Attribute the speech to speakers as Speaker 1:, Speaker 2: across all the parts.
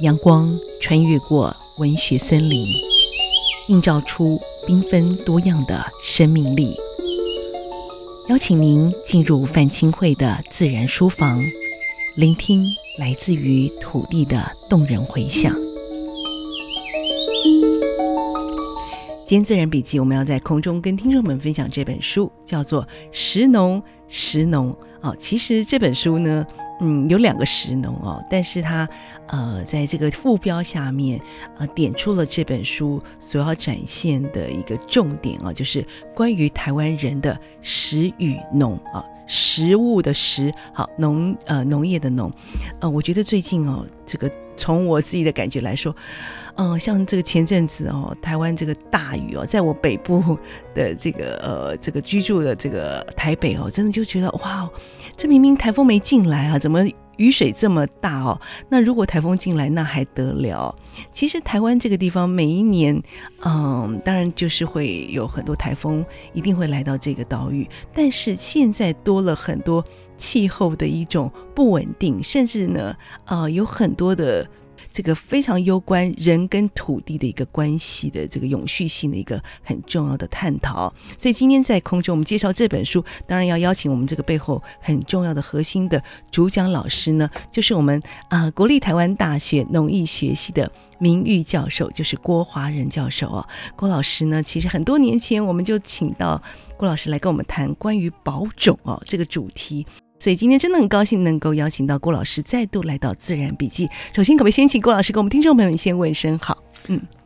Speaker 1: 阳光穿越过文学森林，映照出缤纷多样的生命力。邀请您进入范清慧的自然书房，聆听来自于土地的动人回响。今天自然笔记，我们要在空中跟听众们分享这本书，叫做《食农食农》哦。其实这本书呢，嗯，有两个食农哦，但是它呃，在这个副标下面呃，点出了这本书所要展现的一个重点啊、哦，就是关于台湾人的食与农啊、食物的食，好农呃农业的农，呃，我觉得最近哦，这个从我自己的感觉来说，嗯、像这个前阵子哦，台湾这个大雨哦，在我北部的这个呃这个居住的这个台北哦，真的就觉得哇，这明明台风没进来啊，怎么雨水这么大哦？那如果台风进来，那还得了？其实台湾这个地方每一年，嗯，当然就是会有很多台风一定会来到这个岛屿，但是现在多了很多气候的一种不稳定，甚至呢，呃，有很多的这个非常攸关人跟土地的一个关系的这个永续性的一个很重要的探讨。所以今天在空中我们介绍这本书，当然要邀请我们这个背后很重要的核心的主讲老师呢，就是我们啊、呃国立台湾大学农艺学系的。名誉教授就是郭华仁教授哦，郭老师呢，其实很多年前我们就请到郭老师来跟我们谈关于保种哦这个主题，所以今天真的很高兴能够邀请到郭老师再度来到《自然笔记》。首先，可不可以先请郭老师跟我们听众朋友们先问声好？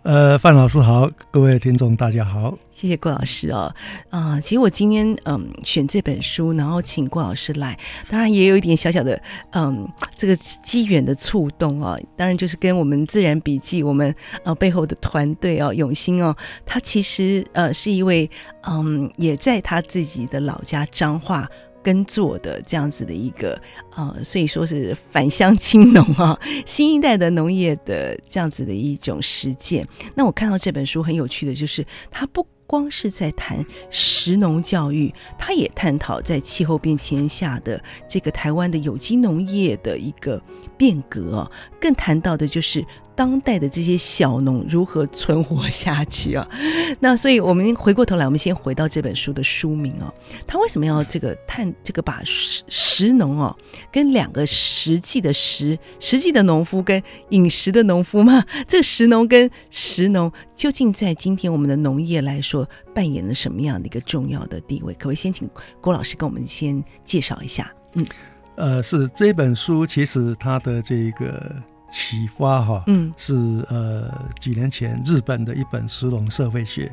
Speaker 2: 呃，范老师好，各位听众大家好。
Speaker 1: 谢谢郭老师哦，啊、其实我今天嗯选这本书，然后请郭老师来，当然也有一点小小的嗯这个机缘的触动啊、当然就是跟我们自然笔记我们呃背后的团队哦，永兴哦，他其实呃是一位嗯也在他自己的老家彰化。耕作的这样子的一个呃，所以说是返乡青农啊，新一代的农业的这样子的一种实践。那我看到这本书很有趣的就是，它不光是在谈食农教育，它也探讨在气候变迁下的这个台湾的有机农业的一个变革、哦，更谈到的就是当代的这些小农如何存活下去啊。那所以我们回过头来，我们先回到这本书的书名哦，它为什么要这个探这个把食食农哦跟两个实际的实实际的农夫跟饮食的农夫嘛，这个食农跟食农究竟在今天我们的农业来说扮演了什么样的一个重要的地位？可不可以先请郭老师跟我们先介绍一下？
Speaker 2: 呃，是这本书其实它的这个启发哈、
Speaker 1: 嗯，
Speaker 2: 是呃几年前日本的一本《食农社会学》，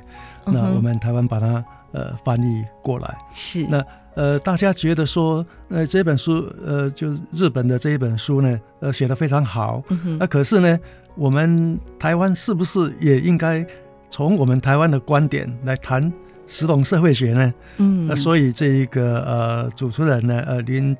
Speaker 1: 嗯
Speaker 2: 那
Speaker 1: 哼
Speaker 2: 我们台湾把它呃翻译过来。
Speaker 1: 是
Speaker 2: 那呃，大家觉得说，呃，这本书，呃，就是日本的这一本书呢，呃，写得非常好。
Speaker 1: 嗯哼
Speaker 2: 那、可是呢，我们台湾是不是也应该从我们台湾的观点来谈食农社会学呢？
Speaker 1: 嗯，
Speaker 2: 那所以这一个呃主持人呢，呃林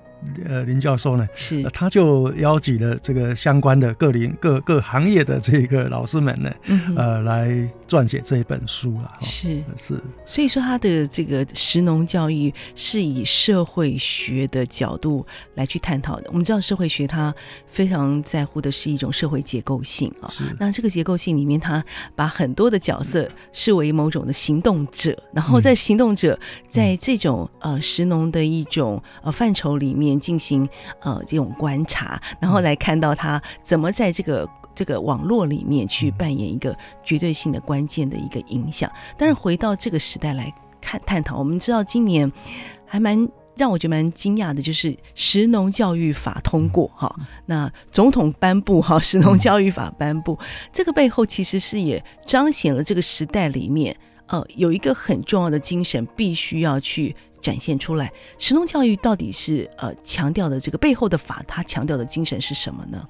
Speaker 2: 呃林教授呢，
Speaker 1: 是
Speaker 2: 呃他就邀请了这个相关的各领各各行业的这个老师们呢，
Speaker 1: 嗯哼
Speaker 2: 呃来撰写这一本书了。哦
Speaker 1: 是，
Speaker 2: 呃是
Speaker 1: 所以说，他的这个食农教育是以社会学的角度来去探讨的。我们知道，社会学它非常在乎的是一种社会结构性啊、
Speaker 2: 是
Speaker 1: 那这个结构性里面，它把很多的角色视为某种的行动者，然后在行动者在这种呃食农的一种呃范畴里面进行呃这种观察，然后来看到他怎么在这个。这个网络里面去扮演一个绝对性的关键的一个影响。但是回到这个时代来看探讨，我们知道今年还蛮让我觉得蛮惊讶的，就是食农教育法通过哈，那总统颁布哈食农教育法颁布，这个背后其实是也彰显了这个时代里面呃有一个很重要的精神，必须要去。展现出来，食农教育到底是呃强调的这个背后的法，它强调的精神是什么呢？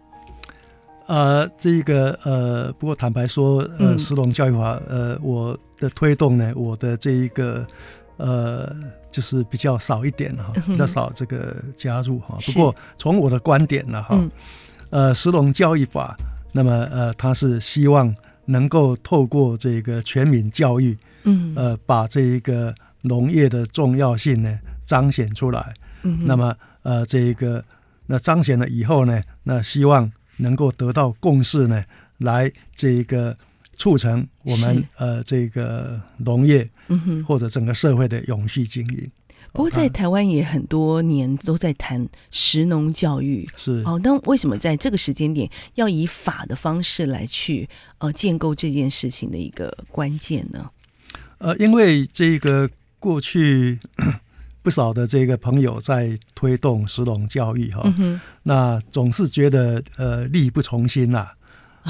Speaker 2: 呃，这个呃，不过坦白说，呃，
Speaker 1: 嗯
Speaker 2: 石龙教育法，呃，我的推动呢，我的这一个呃，就是比较少一点哈，比较少这个加入哈。
Speaker 1: 嗯是
Speaker 2: 不过从我的观点呢，哈
Speaker 1: 嗯，
Speaker 2: 呃，石龙教育法，那么呃，它是希望能够透过这个全民教育，
Speaker 1: 嗯
Speaker 2: 呃，把这一个农业的重要性呢彰显出来。
Speaker 1: 嗯哼
Speaker 2: 那么呃，这一个那彰显了以后呢，那希望能够得到共识呢，来这一个促成我们
Speaker 1: 是
Speaker 2: 呃这个农业
Speaker 1: 嗯哼。
Speaker 2: 或者整个社会的永续经营。
Speaker 1: 不过在
Speaker 2: 哦
Speaker 1: 台湾也很多年都在谈食农教育
Speaker 2: 它是
Speaker 1: 哦，那为什么在这个时间点要以法的方式来去呃建构这件事情的一个关键呢？
Speaker 2: 呃，因为这个过去 不少的这个朋友在推动石龙教育哈、
Speaker 1: 嗯哼，
Speaker 2: 那总是觉得呃力不从心呐、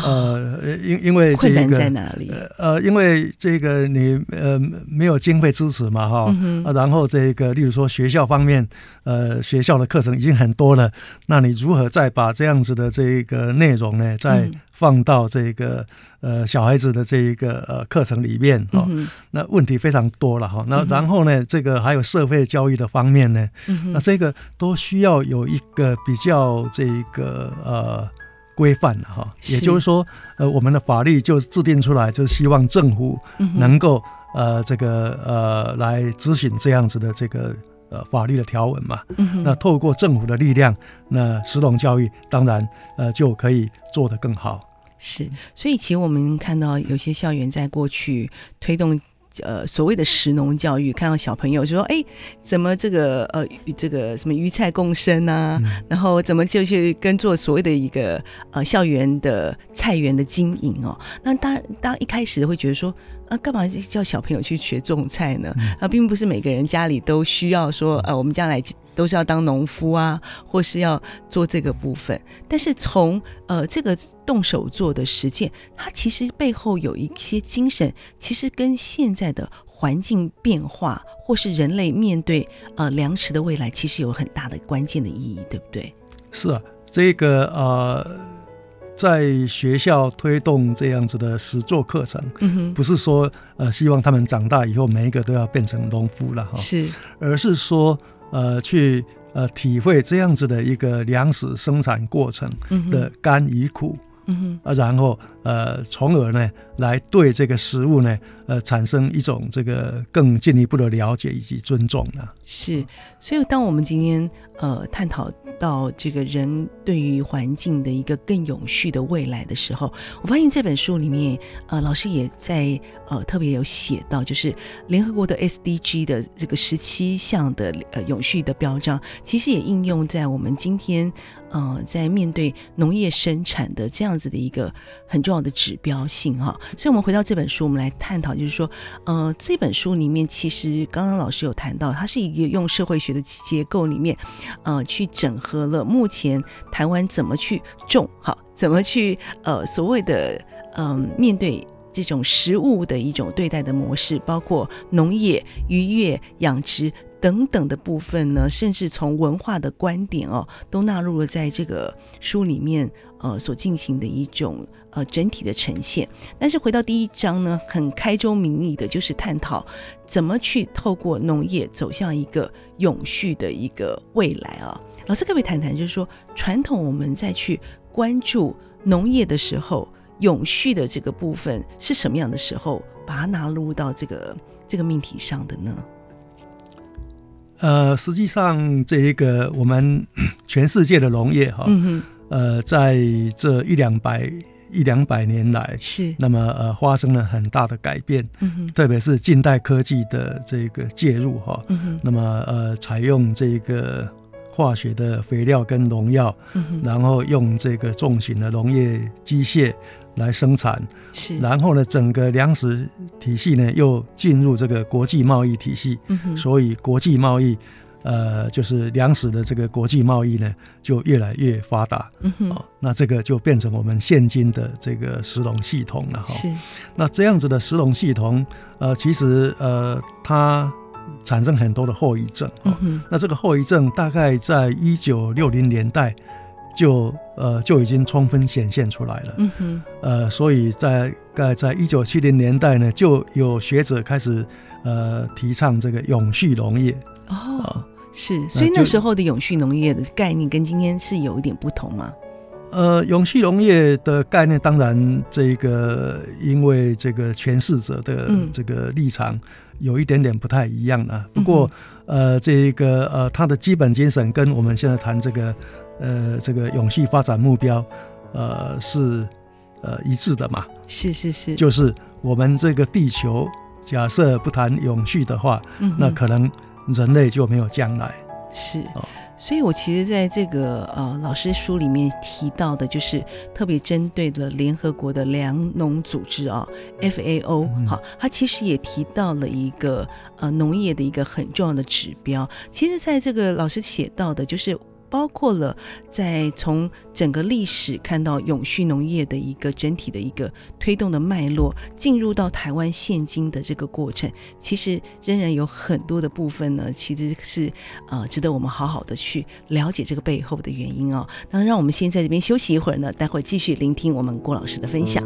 Speaker 2: 呃，呃因因为这
Speaker 1: 哦困难
Speaker 2: 个
Speaker 1: 在哪里？
Speaker 2: 呃，因为这个你呃没有经费支持嘛，哈、
Speaker 1: 嗯
Speaker 2: 啊然后这个例如说学校方面，呃，学校的课程已经很多了，那你如何再把这样子的这个内容呢，再
Speaker 1: 嗯
Speaker 2: 放到这个呃小孩子的这一个呃课程里面哈、
Speaker 1: 嗯哼，
Speaker 2: 那问题非常多了哈、哦那
Speaker 1: 嗯哼
Speaker 2: 然后呢，这个还有社会教育的方面呢，
Speaker 1: 嗯哼
Speaker 2: 那这个都需要有一个比较这个呃规范的哈，
Speaker 1: 是
Speaker 2: 也就是说，呃，我们的法律就制定出来，就是希望政府
Speaker 1: 嗯哼
Speaker 2: 能够呃这个呃来执行这样子的这个。呃，法律的条文嘛，
Speaker 1: 嗯哼
Speaker 2: 那透过政府的力量，那石龙教育当然呃就可以做得更好。
Speaker 1: 是，所以其实我们看到有些校园在过去推动。呃，所谓的食农教育，看到小朋友就说：“哎，怎么这个呃，与这个什么鱼菜共生啊？
Speaker 2: 嗯
Speaker 1: 然后怎么就去跟做所谓的一个呃校园的菜园的经营哦？那当当一开始会觉得说，啊，干嘛叫小朋友去学种菜呢？
Speaker 2: 嗯
Speaker 1: 啊，并不是每个人家里都需要说，呃，我们将来都是要当农夫啊，或是要做这个部分。但是从呃这个动手做的实践，它其实背后有一些精神，其实跟现在的环境变化或是人类面对呃粮食的未来，其实有很大的关键的意义，对不对？
Speaker 2: 是啊，这个呃，在学校推动这样子的实作课程，
Speaker 1: 嗯
Speaker 2: 不是说呃希望他们长大以后每一个都要变成农夫了哈，
Speaker 1: 是，
Speaker 2: 而是说呃去呃体会这样子的一个粮食生产过程
Speaker 1: 嗯哼
Speaker 2: 的，甘与苦
Speaker 1: 嗯哼，
Speaker 2: 啊，然后呃从而呢来对这个食物呢呃产生一种这个更进一步的了解以及尊重啊。
Speaker 1: 是，所以当我们今天呃探讨到这个人对于环境的一个更永续的未来的时候，我发现这本书里面呃老师也在呃特别有写到，就是联合国的 SDG 的这个十七项的呃永续的标章，其实也应用在我们今天呃在面对农业生产的这样子的一个很重要的指标性哈。所以，我们回到这本书，我们来探讨，就是说呃，这本书里面其实刚刚老师有谈到，它是一个用社会学的结构里面，呃，去整合了目前台湾怎么去种，好，怎么去呃所谓的嗯、面对。这种食物的一种对待的模式，包括农业、渔业、养殖等等的部分呢，甚至从文化的观点哦，都纳入了在这个书里面呃所进行的一种呃整体的呈现。但是回到第一章呢，很开宗明义的，就是探讨怎么去透过农业走向一个永续的一个未来啊。老师，可不可以谈谈，就是说传统我们在去关注农业的时候，永续的这个部分是什么样的时候把它纳入到这个这个命题上的呢？
Speaker 2: 呃，实际上这一个我们 全世界的农业哈，
Speaker 1: 嗯哼，
Speaker 2: 呃，在这一两百一两百年来，
Speaker 1: 是，
Speaker 2: 那么呃发生了很大的改变，
Speaker 1: 嗯哼，
Speaker 2: 特别是近代科技的这个介入哈、
Speaker 1: 嗯哼，
Speaker 2: 那么呃采用这个化学的肥料跟农药，
Speaker 1: 嗯哼，
Speaker 2: 然后用这个重型的农业机械来生产，
Speaker 1: 是，
Speaker 2: 然后呢整个粮食体系呢又进入这个国际贸易体系，
Speaker 1: 嗯哼，
Speaker 2: 所以国际贸易。呃，就是粮食的这个国际贸易呢，就越来越发达
Speaker 1: 嗯哼，
Speaker 2: 哦。那这个就变成我们现今的这个食农系统了哈。
Speaker 1: 是，
Speaker 2: 那这样子的石龙系统，呃，其实呃，它产生很多的后遗症、哦
Speaker 1: 嗯哼，
Speaker 2: 那这个后遗症大概在一九六零年代就呃就已经充分显现出来了。
Speaker 1: 嗯哼，
Speaker 2: 呃，所以在大概在一九七零年代呢，就有学者开始呃提倡这个永续农业啊、
Speaker 1: 哦。是，所以那
Speaker 2: 就
Speaker 1: 时候的永续农业的概念跟今天是有一点不同吗？
Speaker 2: 呃，永续农业的概念，当然这个因为这个诠释者的
Speaker 1: 嗯
Speaker 2: 这个立场有一点点不太一样啊。不过，呃，这一个呃，它的基本精神跟我们现在谈这个呃这个永续发展目标，呃是呃一致的嘛，
Speaker 1: 是是是，
Speaker 2: 就是我们这个地球，假设不谈永续的话，
Speaker 1: 嗯哼
Speaker 2: 那可能人类就没有将来。
Speaker 1: 是
Speaker 2: 哦，
Speaker 1: 所以我其实在这个呃老师书里面提到的，就是特别针对了联合国的粮农组织啊、FAO，
Speaker 2: 嗯
Speaker 1: 好、它其实也提到了一个呃农业的一个很重要的指标。其实，在这个老师写到的，就是。包括了在从整个历史看到永续农业的一个整体的一个推动的脉络，进入到台湾现今的这个过程，其实仍然有很多的部分呢，其实是呃，值得我们好好的去了解这个背后的原因哦。那让我们先在这边休息一会儿呢，待会儿继续聆听我们郭老师的分享。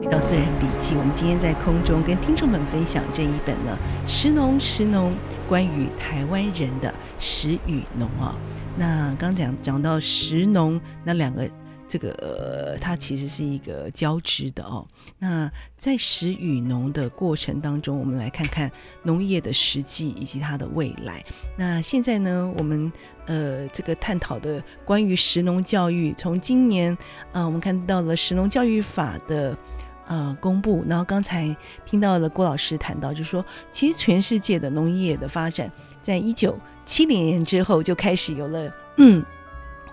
Speaker 1: 回到自然笔记，我们今天在空中跟听众们分享这一本呢《食农食农》，关于台湾人的食与农啊、那刚讲讲到食农那两个，这个、呃、它其实是一个交织的哦。那在食与农的过程当中，我们来看看农业的实际以及它的未来。那现在呢，我们呃这个探讨的关于食农教育，从今年呃我们看到了食农教育法的。呃，公布。然后刚才听到了郭老师谈到，就是说，其实全世界的农业的发展，在一九七零年之后就开始有了，嗯，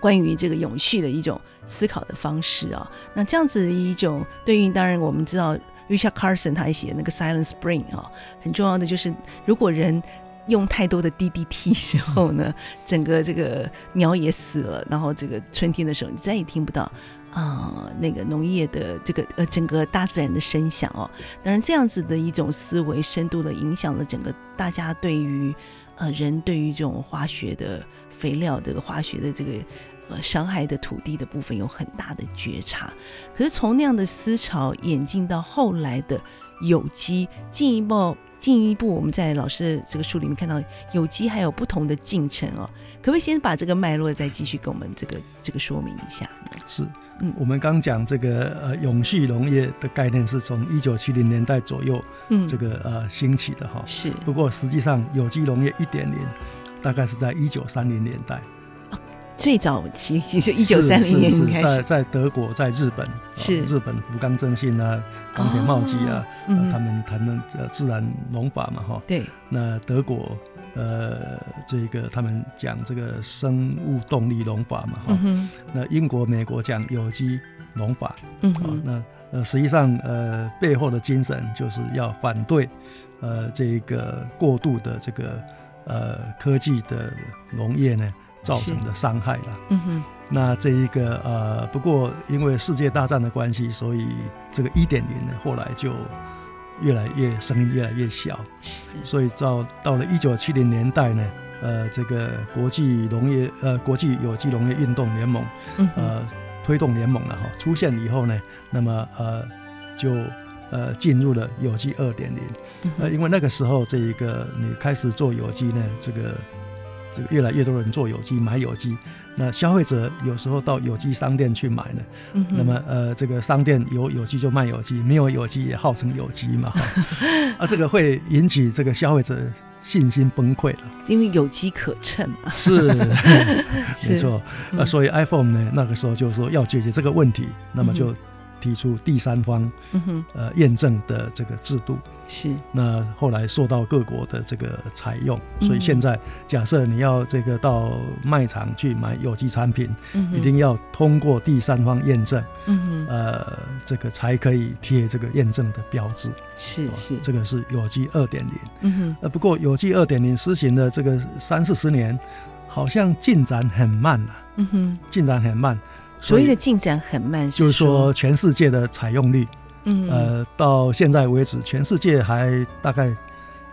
Speaker 1: 关于这个永续的一种思考的方式啊、那这样子的一种对应，当然我们知道 Richard Carson 他写那个 Silent Spring 啊、很重要的就是如果人。用太多的 DDT 之后呢，整个这个鸟也死了，然后这个春天的时候，你再也听不到啊、那个农业的这个呃整个大自然的声响哦。当然，这样子的一种思维深度的影响了整个大家对于呃人对于这种化学的肥料这个化学的这个呃伤害的土地的部分有很大的觉察。可是从那样的思潮演进到后来的有机，进一步进一步，我们在老师的这个书里面看到有机还有不同的进程哦。可不可以先把这个脉络再继续跟我们这个这个说明一下呢？
Speaker 2: 是，
Speaker 1: 嗯
Speaker 2: 我们刚讲这个呃永续农业的概念是从一九七零年代左右
Speaker 1: 嗯
Speaker 2: 这个呃兴起的哈。
Speaker 1: 是
Speaker 2: 不过实际上有机农业一点零大概是在一九三零年代，
Speaker 1: 最早期，其实一九三零年
Speaker 2: 是是
Speaker 1: 开
Speaker 2: 在
Speaker 1: 始，
Speaker 2: 在德国、在日本，啊
Speaker 1: 是哦
Speaker 2: 日本福冈正信啊、冈田茂吉啊，呃他
Speaker 1: 嗯，
Speaker 2: 们谈论呃自然农法嘛哈。
Speaker 1: 对，
Speaker 2: 那德国呃这个他们讲这个生物动力农法嘛哈
Speaker 1: 嗯。哼，
Speaker 2: 那英国、美国讲有机农法
Speaker 1: 嗯
Speaker 2: 啊、
Speaker 1: 哼，
Speaker 2: 那呃实际上呃背后的精神就是要反对呃这个过度的这个呃科技的农业呢造成的伤害啦。
Speaker 1: 嗯哼，
Speaker 2: 那这一个呃，不过因为世界大战的关系，所以这个一点零呢，后来就越来越声音越来越小，
Speaker 1: 是
Speaker 2: 所以到到了一九七零年代呢，呃，这个国际农业呃国际有机农业运动联盟
Speaker 1: 嗯哼，
Speaker 2: 呃推动联盟了哈出现以后呢，那么呃就呃进入了有机二点零，
Speaker 1: 嗯
Speaker 2: 呃，
Speaker 1: 哼
Speaker 2: 因为那个时候这一个你开始做有机呢，这个这个越来越多人做有机，买有机。那消费者有时候到有机商店去买呢，
Speaker 1: 嗯哼
Speaker 2: 那么呃，这个商店有有机就卖有机，没有有机也号称有机嘛， 哈啊，这个会引起这个消费者信心崩溃了。
Speaker 1: 因为有机可乘嘛，
Speaker 2: 是，
Speaker 1: 是
Speaker 2: 没错。
Speaker 1: 嗯
Speaker 2: 呃，所以 iPhone 呢，那个时候就说要解决这个问题，那么就提出第三方
Speaker 1: 嗯哼，
Speaker 2: 呃验证的这个制度。
Speaker 1: 是，
Speaker 2: 那后来受到各国的这个采用，
Speaker 1: 嗯
Speaker 2: 所以现在假设你要这个到卖场去买有机产品，
Speaker 1: 嗯哼
Speaker 2: 一定要通过第三方验证，
Speaker 1: 嗯哼，
Speaker 2: 呃，这个才可以贴这个验证的标志。
Speaker 1: 是
Speaker 2: 哦
Speaker 1: 是，
Speaker 2: 这个是有机二点零。
Speaker 1: 嗯哼，
Speaker 2: 呃，不过有机二点零实行了这个三四十年，好像进展很慢啊，
Speaker 1: 嗯哼，
Speaker 2: 进展很慢。
Speaker 1: 所谓的
Speaker 2: 以
Speaker 1: 进展很慢，
Speaker 2: 就是说，全世界的采用率
Speaker 1: 嗯，
Speaker 2: 呃，到现在为止，全世界还大概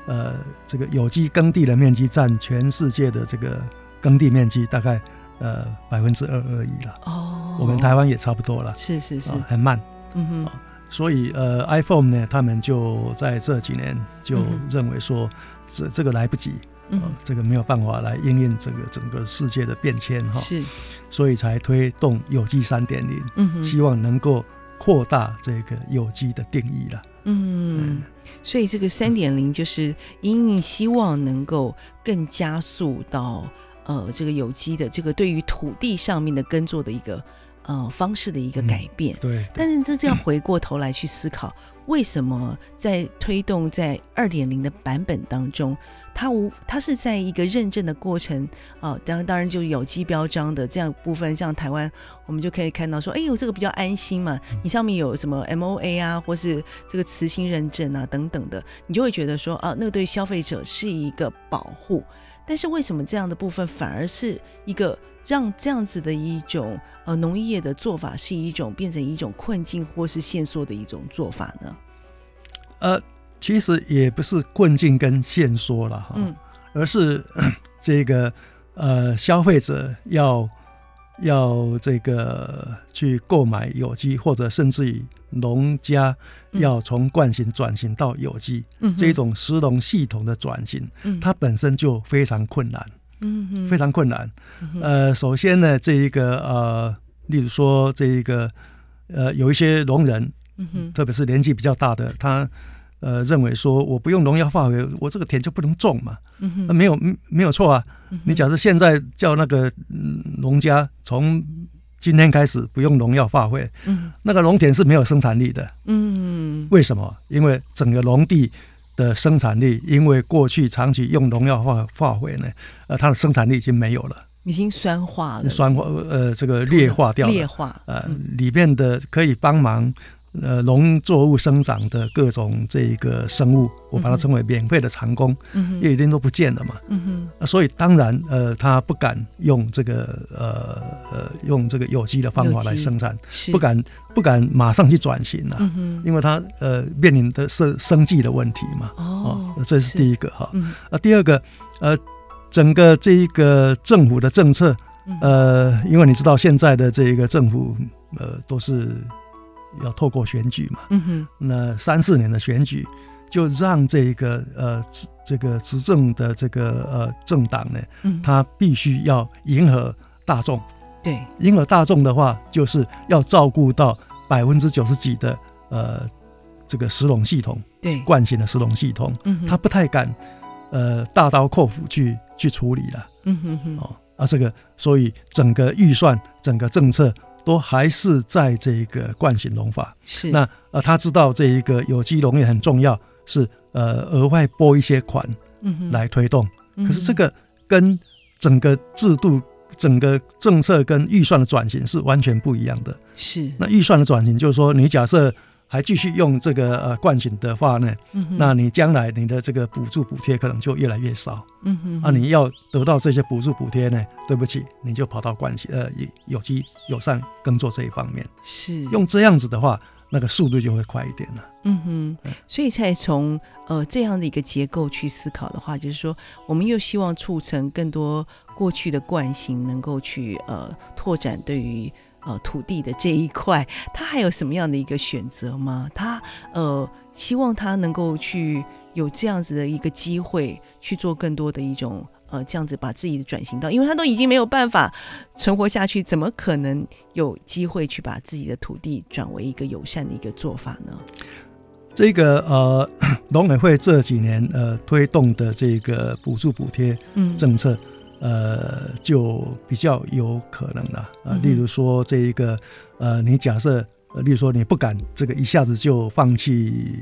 Speaker 2: 呃，这个有机耕地的面积占全世界的这个耕地面积大概呃百分之二而已了。
Speaker 1: 哦，
Speaker 2: 我们台湾也差不多了，
Speaker 1: 是是是
Speaker 2: 啊，，很慢。
Speaker 1: 嗯哼，
Speaker 2: 所以呃，iPhone 呢，他们就在这几年就
Speaker 1: 嗯哼
Speaker 2: 认为说，这这个来不及，
Speaker 1: 嗯
Speaker 2: 啊
Speaker 1: 哼，
Speaker 2: 这个没有办法来应应这个整个世界的变迁哈，
Speaker 1: 是，
Speaker 2: 所以才推动有机三点零，
Speaker 1: 嗯哼，
Speaker 2: 希望能够扩大这个有机的定义了。
Speaker 1: 嗯，所以这个三点零就是因应希望能够更加速到呃这个有机的这个对于土地上面的耕作的一个呃方式的一
Speaker 2: 嗯
Speaker 1: 个改变。
Speaker 2: 对，
Speaker 1: 但是这这要回过头来去思考，为什么在推动在二点零的版本当中，它无它是在一个认证的过程，哦，当当然就有机标章的这样部分，像台湾我们就可以看到说，哎呦这个比较安心嘛，
Speaker 2: 嗯
Speaker 1: 你上面有什么 MOA 啊，或是这个磁性认证啊等等的，你就会觉得说，啊，那个对消费者是一个保护。但是为什么这样的部分反而是一个让这样子的一种呃农业的做法是一种变成一种困境或是限缩的一种做法呢？
Speaker 2: 呃，其实也不是困境跟限缩了哈，
Speaker 1: 嗯
Speaker 2: 而是 这个呃消费者要要这个去购买有机，或者甚至于农家
Speaker 1: 嗯
Speaker 2: 要从惯性转型到有机、
Speaker 1: 嗯
Speaker 2: 这种食农系统的转型，它本身就非常困难，
Speaker 1: 嗯哼
Speaker 2: 非常困难。
Speaker 1: 嗯哼
Speaker 2: 呃，首先呢，这一个呃，例如说这一个呃，有一些农人，
Speaker 1: 嗯哼
Speaker 2: 特别是年纪比较大的，他呃认为说我不用农药化肥，我这个田就不能种嘛，
Speaker 1: 嗯
Speaker 2: 那
Speaker 1: 哼
Speaker 2: 没有嗯没有错啊。
Speaker 1: 嗯哼
Speaker 2: 你假设现在叫那个嗯农家从今天开始不用农药化肥，
Speaker 1: 嗯
Speaker 2: 那个农田是没有生产力的。
Speaker 1: 嗯
Speaker 2: 为什么？因为整个农地的生产力，因为过去长期用农药化化肥呢，呃，它的生产力已经没有了，
Speaker 1: 已经酸化了，
Speaker 2: 酸化呃这个劣化掉
Speaker 1: 劣
Speaker 2: 了。
Speaker 1: 化
Speaker 2: 呃
Speaker 1: 嗯，
Speaker 2: 里面的可以帮忙呃农作物生长的各种这一个生物，我把它称为免费的长工，
Speaker 1: 嗯哼
Speaker 2: 也已经都不见了嘛。
Speaker 1: 嗯哼
Speaker 2: 啊所以当然，呃，他不敢用这个呃呃用这个有机的方法
Speaker 1: 有机
Speaker 2: 来生产，
Speaker 1: 是
Speaker 2: 不敢不敢马上去转型啊，
Speaker 1: 嗯哼
Speaker 2: 因为他呃面临的生生计的问题嘛。
Speaker 1: 哦
Speaker 2: 呃这是第一个哈。
Speaker 1: 嗯
Speaker 2: 啊，第二个，呃，整个这一个政府的政策，
Speaker 1: 嗯
Speaker 2: 呃，因为你知道现在的这一个政府，呃，都是要透过选举嘛，
Speaker 1: 嗯哼
Speaker 2: 那三四年的选举，就让这一个呃执这个执政的这个呃政党呢，
Speaker 1: 嗯
Speaker 2: 它必须要迎合大众，
Speaker 1: 对
Speaker 2: 迎合大众的话，就是要照顾到百分之九十几的呃这个食农系统
Speaker 1: 对
Speaker 2: 惯性的食农系统，
Speaker 1: 嗯哼
Speaker 2: 他不太敢呃大刀阔斧去去处理了。
Speaker 1: 嗯哼哼
Speaker 2: 哦，啊，这个所以整个预算、整个政策都还是在这一个惯性农法。
Speaker 1: 是
Speaker 2: 那呃，他知道这一个有机农业很重要，是呃额外拨一些款
Speaker 1: 嗯哼
Speaker 2: 来推动。
Speaker 1: 嗯
Speaker 2: 可是这个跟整个制度、整个政策跟预算的转型是完全不一样的。
Speaker 1: 哼是
Speaker 2: 那预算的转型就是说，你假设还继续用这个呃惯性的话呢，
Speaker 1: 嗯哼
Speaker 2: 那你将来你的这个补助补贴可能就越来越少。
Speaker 1: 嗯哼
Speaker 2: 啊，你要得到这些补助补贴呢，对不起，你就跑到关系呃有有机友善耕作这一方面，
Speaker 1: 是
Speaker 2: 用这样子的话，那个速度就会快一点了。
Speaker 1: 嗯哼
Speaker 2: 对，
Speaker 1: 所以才从呃这样的一个结构去思考的话，就是说，我们又希望促成更多过去的惯性能够去呃拓展对于呃土地的这一块，它还有什么样的一个选择吗？它呃希望它能够去有这样子的一个机会去做更多的一种。呃，这样子把自己的转型到，因为他都已经没有办法存活下去，怎么可能有机会去把自己的土地转为一个友善的一个做法呢？
Speaker 2: 这个呃， 农委会这几年呃推动的这个补助补贴
Speaker 1: 嗯，
Speaker 2: 政策，呃，就比较有可能了啊、
Speaker 1: 嗯哼
Speaker 2: 例如说这一个呃，你假设，呃例如说你不敢这个一下子就放弃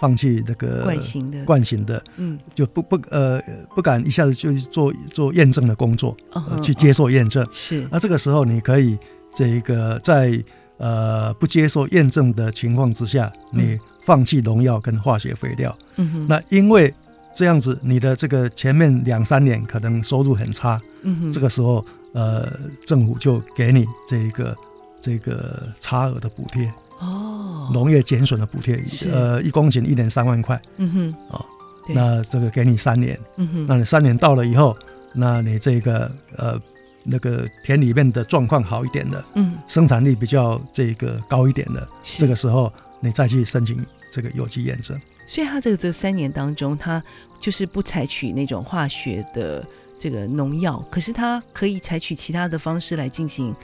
Speaker 2: 放弃这个
Speaker 1: 惯性的，
Speaker 2: 惯性的，
Speaker 1: 嗯，
Speaker 2: 就不不呃不敢一下子就去做做验证的工作，
Speaker 1: 嗯
Speaker 2: 呃
Speaker 1: 哼
Speaker 2: 去接受验证。
Speaker 1: 嗯是，
Speaker 2: 那这个时候你可以这一个在呃不接受验证的情况之下，
Speaker 1: 嗯
Speaker 2: 你放弃农药跟化学肥料。
Speaker 1: 嗯哼，
Speaker 2: 那因为这样子，你的这个前面两三年可能收入很差，
Speaker 1: 嗯哼，
Speaker 2: 这个时候呃政府就给你这一个这个差额的补贴，
Speaker 1: 哦，
Speaker 2: 农业减损的补贴
Speaker 1: 是，
Speaker 2: 呃一公顷一年三万块，
Speaker 1: 嗯哼，对
Speaker 2: 那这个给你三年。
Speaker 1: 嗯哼，
Speaker 2: 那你三年到了以后，那你这个呃那个田里面的状况好一点的，
Speaker 1: 嗯，
Speaker 2: 生产力比较这个高一点的，
Speaker 1: 是
Speaker 2: 这个，时候你再去申请这个有机验证。
Speaker 1: 所以他这个这三年当中，他就是不采取那种化学的这个农药，可是他可以采取其他的方式来进行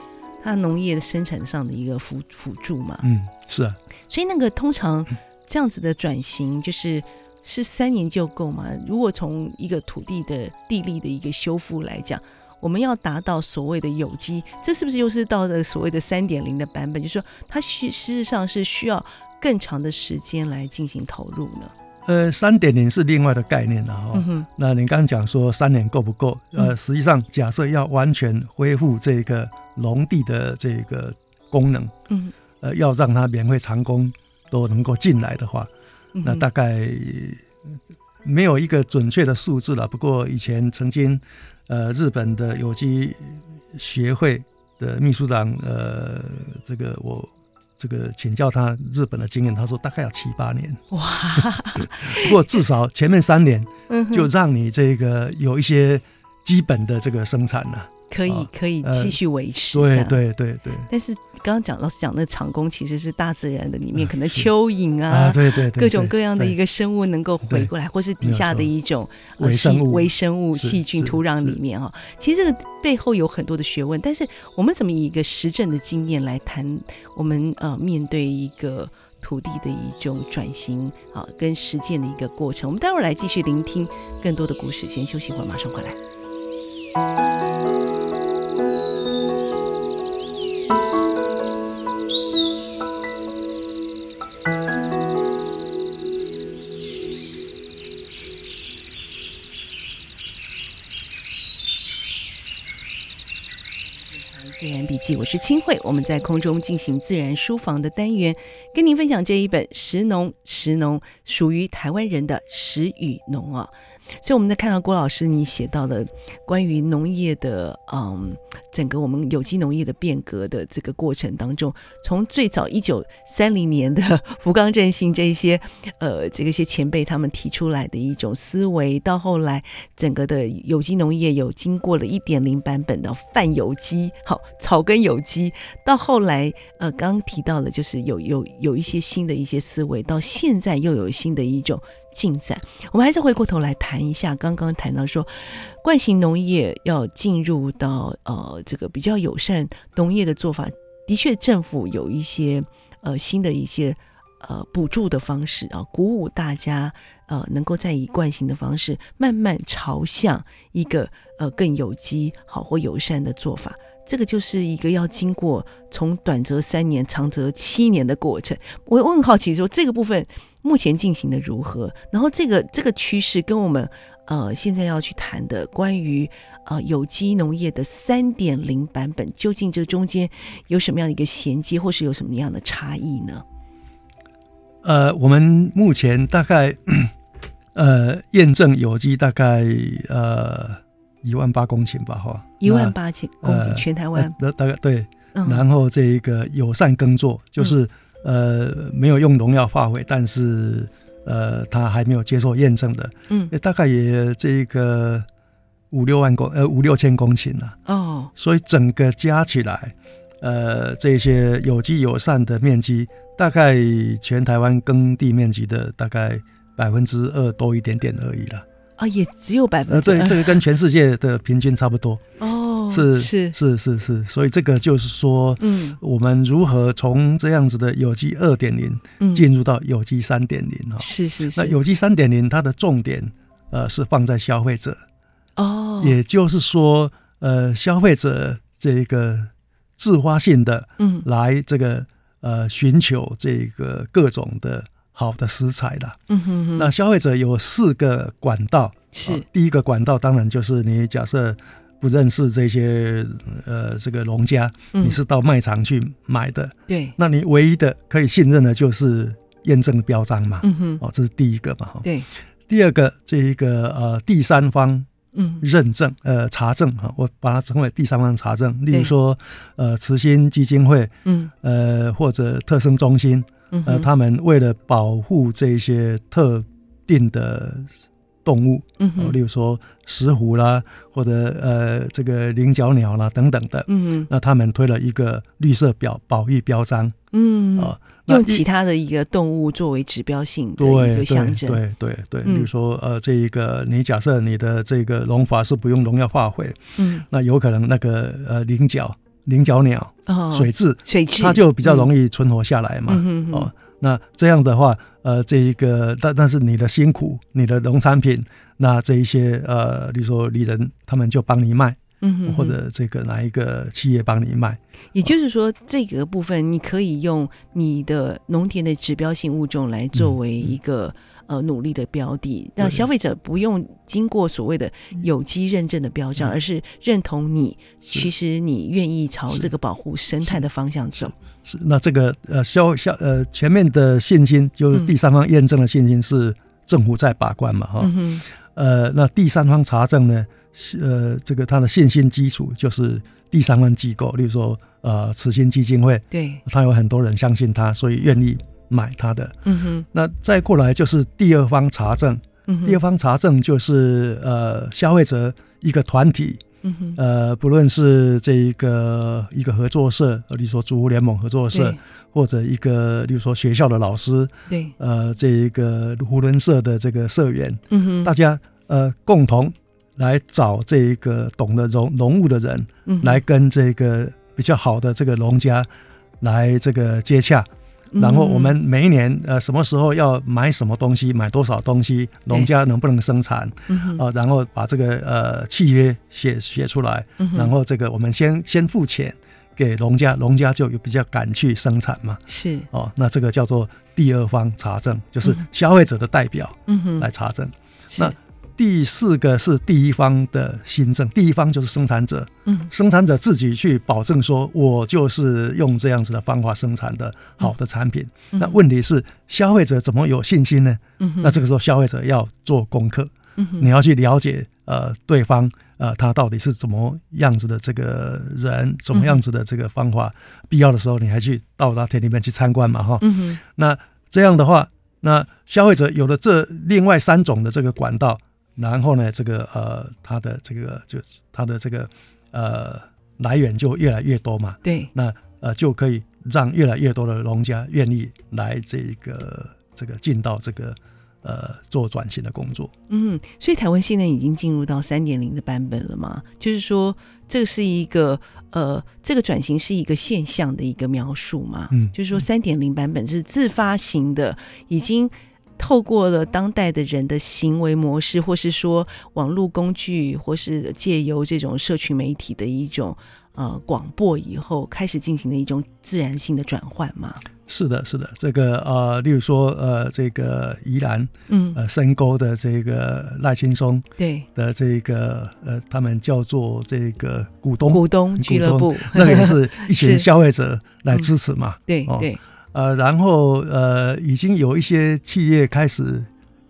Speaker 1: 他农业生产上的一个辅辅助嘛，
Speaker 2: 嗯，是啊，
Speaker 1: 所以那个通常这样子的转型，就是是三年就够吗？如果从一个土地的地力的一个修复来讲，我们要达到所谓的有机，这是不是又是到了所谓的三点零的版本？就是说，它需事实上是需要更长的时间来进行投入呢？
Speaker 2: 呃，三点零是另外的概念了哈、
Speaker 1: 嗯哼，
Speaker 2: 那您刚刚讲说三年够不够？呃，
Speaker 1: 嗯
Speaker 2: 实际上假设要完全恢复这个农地的这个功能，
Speaker 1: 嗯
Speaker 2: 呃，要让它免费长工都能够进来的话，
Speaker 1: 嗯哼，
Speaker 2: 那大概呃没有一个准确的数字了。不过以前曾经，呃，日本的有机学会的秘书长，呃，这个我这个请教他日本的经验，他说大概要七八年。
Speaker 1: 嗯哇，
Speaker 2: 不过至少前面三年
Speaker 1: 嗯哼
Speaker 2: 就让你这个有一些基本的这个生产了、
Speaker 1: 可以
Speaker 2: 啊
Speaker 1: 可以
Speaker 2: 呃
Speaker 1: 继续维持、这
Speaker 2: 哦对
Speaker 1: 样
Speaker 2: 对对对，
Speaker 1: 但是刚刚讲老师讲那长工其实是大自然的里面，
Speaker 2: 嗯
Speaker 1: 可能
Speaker 2: 是
Speaker 1: 蚯蚓啊。
Speaker 2: 啊对对对，
Speaker 1: 各种各样的一
Speaker 2: 个
Speaker 1: 个生物能够回过来，或是底下的一种呃
Speaker 2: 没有错微
Speaker 1: 细
Speaker 2: 生物
Speaker 1: 微生物、
Speaker 2: 是
Speaker 1: 细菌、
Speaker 2: 是
Speaker 1: 土壤
Speaker 2: 是
Speaker 1: 里面啊、其实这个背后有很多的学问，但是我们怎么以一个实证的经验来谈我们呃面对一个土地的一种转型啊、跟实践的一个过程？我们待会儿来继续聆听更多的故事，先休息一会儿，马上回来。自然笔记，我是清慧。我们在空中进行自然书房的单元，跟您分享这一本《食农》，食农属于台湾人的食与农啊。所以我们在看到郭老师你写到的关于农业的，嗯，整个我们有机农业的变革的这个过程当中，从最早一九三零年的福冈振兴这一些，呃，这个一些前辈他们提出来的一种思维，到后来整个的有机农业有经过了一点零版本的泛有机，好草根有机，到后来呃刚刚提到了就是有有有一些新的一些思维，到现在又有新的一种进展。我们还是回过头来谈一下刚刚谈到说，惯性农业要进入到呃这个比较友善农业的做法，的确政府有一些呃新的一些。呃，补助的方式啊、鼓舞大家呃，能够再以惯性的方式，慢慢朝向一个呃更有机、好或友善的做法。这个就是一个要经过从短则三年、长则七年的过程。我我很好奇说，这个部分目前进行的如何？然后这个这个趋势跟我们呃现在要去谈的关于呃有机农业的三点零版本，究竟这中间有什么样的一个衔接，或是有什么样的差异呢？
Speaker 2: 呃，我们目前大概 呃验证有机大概呃一万八公顷吧，哈，
Speaker 1: 一万八千公
Speaker 2: 呃
Speaker 1: 顷，全台湾，
Speaker 2: 那，呃大大概对，
Speaker 1: 嗯
Speaker 2: 然后这一个友善耕作，就是、呃没有用农药化肥，但是呃它还没有接受验证的，
Speaker 1: 嗯
Speaker 2: 呃大概也这一个五六万公呃五六千公顷啊，
Speaker 1: 哦，
Speaker 2: 所以整个加起来，呃这些有机友善的面积，大概全台湾耕地面积的大概百分之二多一点点而已了。
Speaker 1: 啊，也只有百分
Speaker 2: 呃，
Speaker 1: 之
Speaker 2: 对，这
Speaker 1: 二
Speaker 2: 个跟全世界的平均差不多，
Speaker 1: 嗯哦，
Speaker 2: 是
Speaker 1: 是，
Speaker 2: 是是是，所以这个就是说。
Speaker 1: 嗯
Speaker 2: 我们如何从这样子的有机二点零
Speaker 1: 嗯，
Speaker 2: 进入到有机三点零哈？
Speaker 1: 是是是，
Speaker 2: 那有机三点零它的重点呃是放在消费者，
Speaker 1: 哦，
Speaker 2: 也就是说呃消费者这个自发性的
Speaker 1: 嗯
Speaker 2: 来这个呃寻求这个各种的好的食材啦。
Speaker 1: 嗯哼哼，
Speaker 2: 那消费者有四个管道，啊
Speaker 1: 是
Speaker 2: 第一个管道当然就是你假设。不认识这些呃，这个农家，
Speaker 1: 嗯
Speaker 2: 你是到卖场去买的，
Speaker 1: 对，
Speaker 2: 那你唯一的可以信任的就是验证标章嘛，
Speaker 1: 嗯哼，
Speaker 2: 哦，这是第一个嘛，哈。
Speaker 1: 对，
Speaker 2: 第二个，这一个呃第三方
Speaker 1: 嗯
Speaker 2: 认证呃查证哈，我把它称为第三方查证，例
Speaker 1: 对
Speaker 2: 如说呃慈心基金会
Speaker 1: 嗯
Speaker 2: 呃或者特生中心
Speaker 1: 嗯
Speaker 2: 呃，
Speaker 1: 哼，
Speaker 2: 他们为了保护这些特定的动物，
Speaker 1: 嗯
Speaker 2: 哦，
Speaker 1: 哼
Speaker 2: 例如说石虎啦，或者呃这个菱角鸟啦等等的，
Speaker 1: 嗯哼
Speaker 2: 那他们推了一个绿色表保育标章
Speaker 1: 嗯
Speaker 2: 啊，那
Speaker 1: 用
Speaker 2: 一
Speaker 1: 其他的一个动物作为指标性的一
Speaker 2: 对
Speaker 1: 个象征，
Speaker 2: 对对对对，
Speaker 1: 嗯
Speaker 2: 比如说呃，这一个你假设你的这个农法是不用农药化肥，
Speaker 1: 嗯
Speaker 2: 那有可能那个呃菱角、菱角鸟、
Speaker 1: 哦，
Speaker 2: 水蛭，
Speaker 1: 水质
Speaker 2: 它就比较容易存活下来嘛。
Speaker 1: 嗯哼哼
Speaker 2: 哦，那这样的话，呃，这一个但但是你的辛苦，你的农产品，那这一些呃，比如说里人他们就帮你卖，
Speaker 1: 嗯哼哼
Speaker 2: 或者这个哪一个企业帮你卖，
Speaker 1: 也就是说，这个部分你可以用你的农田的指标性物种来作为一个、
Speaker 2: 嗯
Speaker 1: 呃努力的标的，让消费者不用经过所谓的有机认证的标章，
Speaker 2: 嗯
Speaker 1: 而是认同你，
Speaker 2: 是
Speaker 1: 其实你愿意朝
Speaker 2: 是
Speaker 1: 这个保护生态的方向走。
Speaker 2: 是那这个呃消消呃前面的现金就是第三方验证的现金是政府在把关嘛哈，
Speaker 1: 嗯哼，
Speaker 2: 呃，那第三方查证呢，是呃，这个它的信心基础就是第三方机构，例如说呃慈心基金会，
Speaker 1: 对，
Speaker 2: 它有很多人相信它，所以愿意买它的。
Speaker 1: 嗯哼，
Speaker 2: 那再过来就是第二方查证，
Speaker 1: 嗯哼，
Speaker 2: 第二方查证就是呃消费者一个团体，
Speaker 1: 嗯哼，
Speaker 2: 呃，不论是这一个一个合作社，呃例如说主妇联盟合作社
Speaker 1: 对，
Speaker 2: 或者一个例如说学校的老师，
Speaker 1: 对，
Speaker 2: 呃，这一个胡伦社的这个社员，
Speaker 1: 嗯哼，
Speaker 2: 大家呃共同来找这一个懂得农农务的人，
Speaker 1: 嗯哼
Speaker 2: 来，跟这个比较好的这个农家来这个接洽，
Speaker 1: 嗯
Speaker 2: 然后我们每一年呃什么时候要买什么东西，买多少东西，农家能不能生产
Speaker 1: 嗯哼，
Speaker 2: 啊、然后把这个呃契约写写出来，
Speaker 1: 嗯哼
Speaker 2: 然后这个我们先先付钱给农家，农家就有比较敢去生产嘛。
Speaker 1: 是，
Speaker 2: 哦，那这个叫做第二方查证，就是
Speaker 1: 嗯
Speaker 2: 消费者的代表
Speaker 1: 嗯哼，
Speaker 2: 来查证。
Speaker 1: 是，
Speaker 2: 那第四个是第一方的新政，第一方就是生产者，
Speaker 1: 嗯
Speaker 2: 生产者自己去保证说，我就是用这样子的方法生产的好的产品。
Speaker 1: 嗯
Speaker 2: 那问题是，消费者怎么有信心呢？
Speaker 1: 嗯哼，
Speaker 2: 那这个时候，消费者要做功课，
Speaker 1: 嗯哼
Speaker 2: 你要去了解呃对方呃他到底是怎么样子的这个人，怎么样子的这个方法。必要的时候，你还去到他田里面去参观嘛，哈。
Speaker 1: 嗯哼，
Speaker 2: 那这样的话，那消费者有了这另外三种的这个管道，然后呢，这个呃，它的这个就它的这个呃来源就越来越多嘛，
Speaker 1: 对，
Speaker 2: 那呃就可以让越来越多的农家愿意来这个这个进到这个呃做转型的工作。
Speaker 1: 嗯，所以台湾现在已经进入到三点零的版本了嘛？就是说，这个是一个呃，这个转型是一个现象的一个描述嘛？
Speaker 2: 嗯
Speaker 1: 就是说三点零版本是自发型的，已经透过了当代的人的行为模式，或是说网络工具，或是借由这种社群媒体的一种呃广播以后，开始进行的一种自然性的转换嘛？
Speaker 2: 是的，是的，这个呃，例如说呃，这个宜兰
Speaker 1: 嗯，
Speaker 2: 呃深沟的这个赖青松
Speaker 1: 对，
Speaker 2: 的这个呃，他们叫做这个股哦东
Speaker 1: 股东俱乐部，
Speaker 2: 那个也是一
Speaker 1: 是
Speaker 2: 群消费者来支持 嘛。
Speaker 1: 对
Speaker 2: 哦
Speaker 1: 对，
Speaker 2: 呃，然后呃，已经有一些企业开始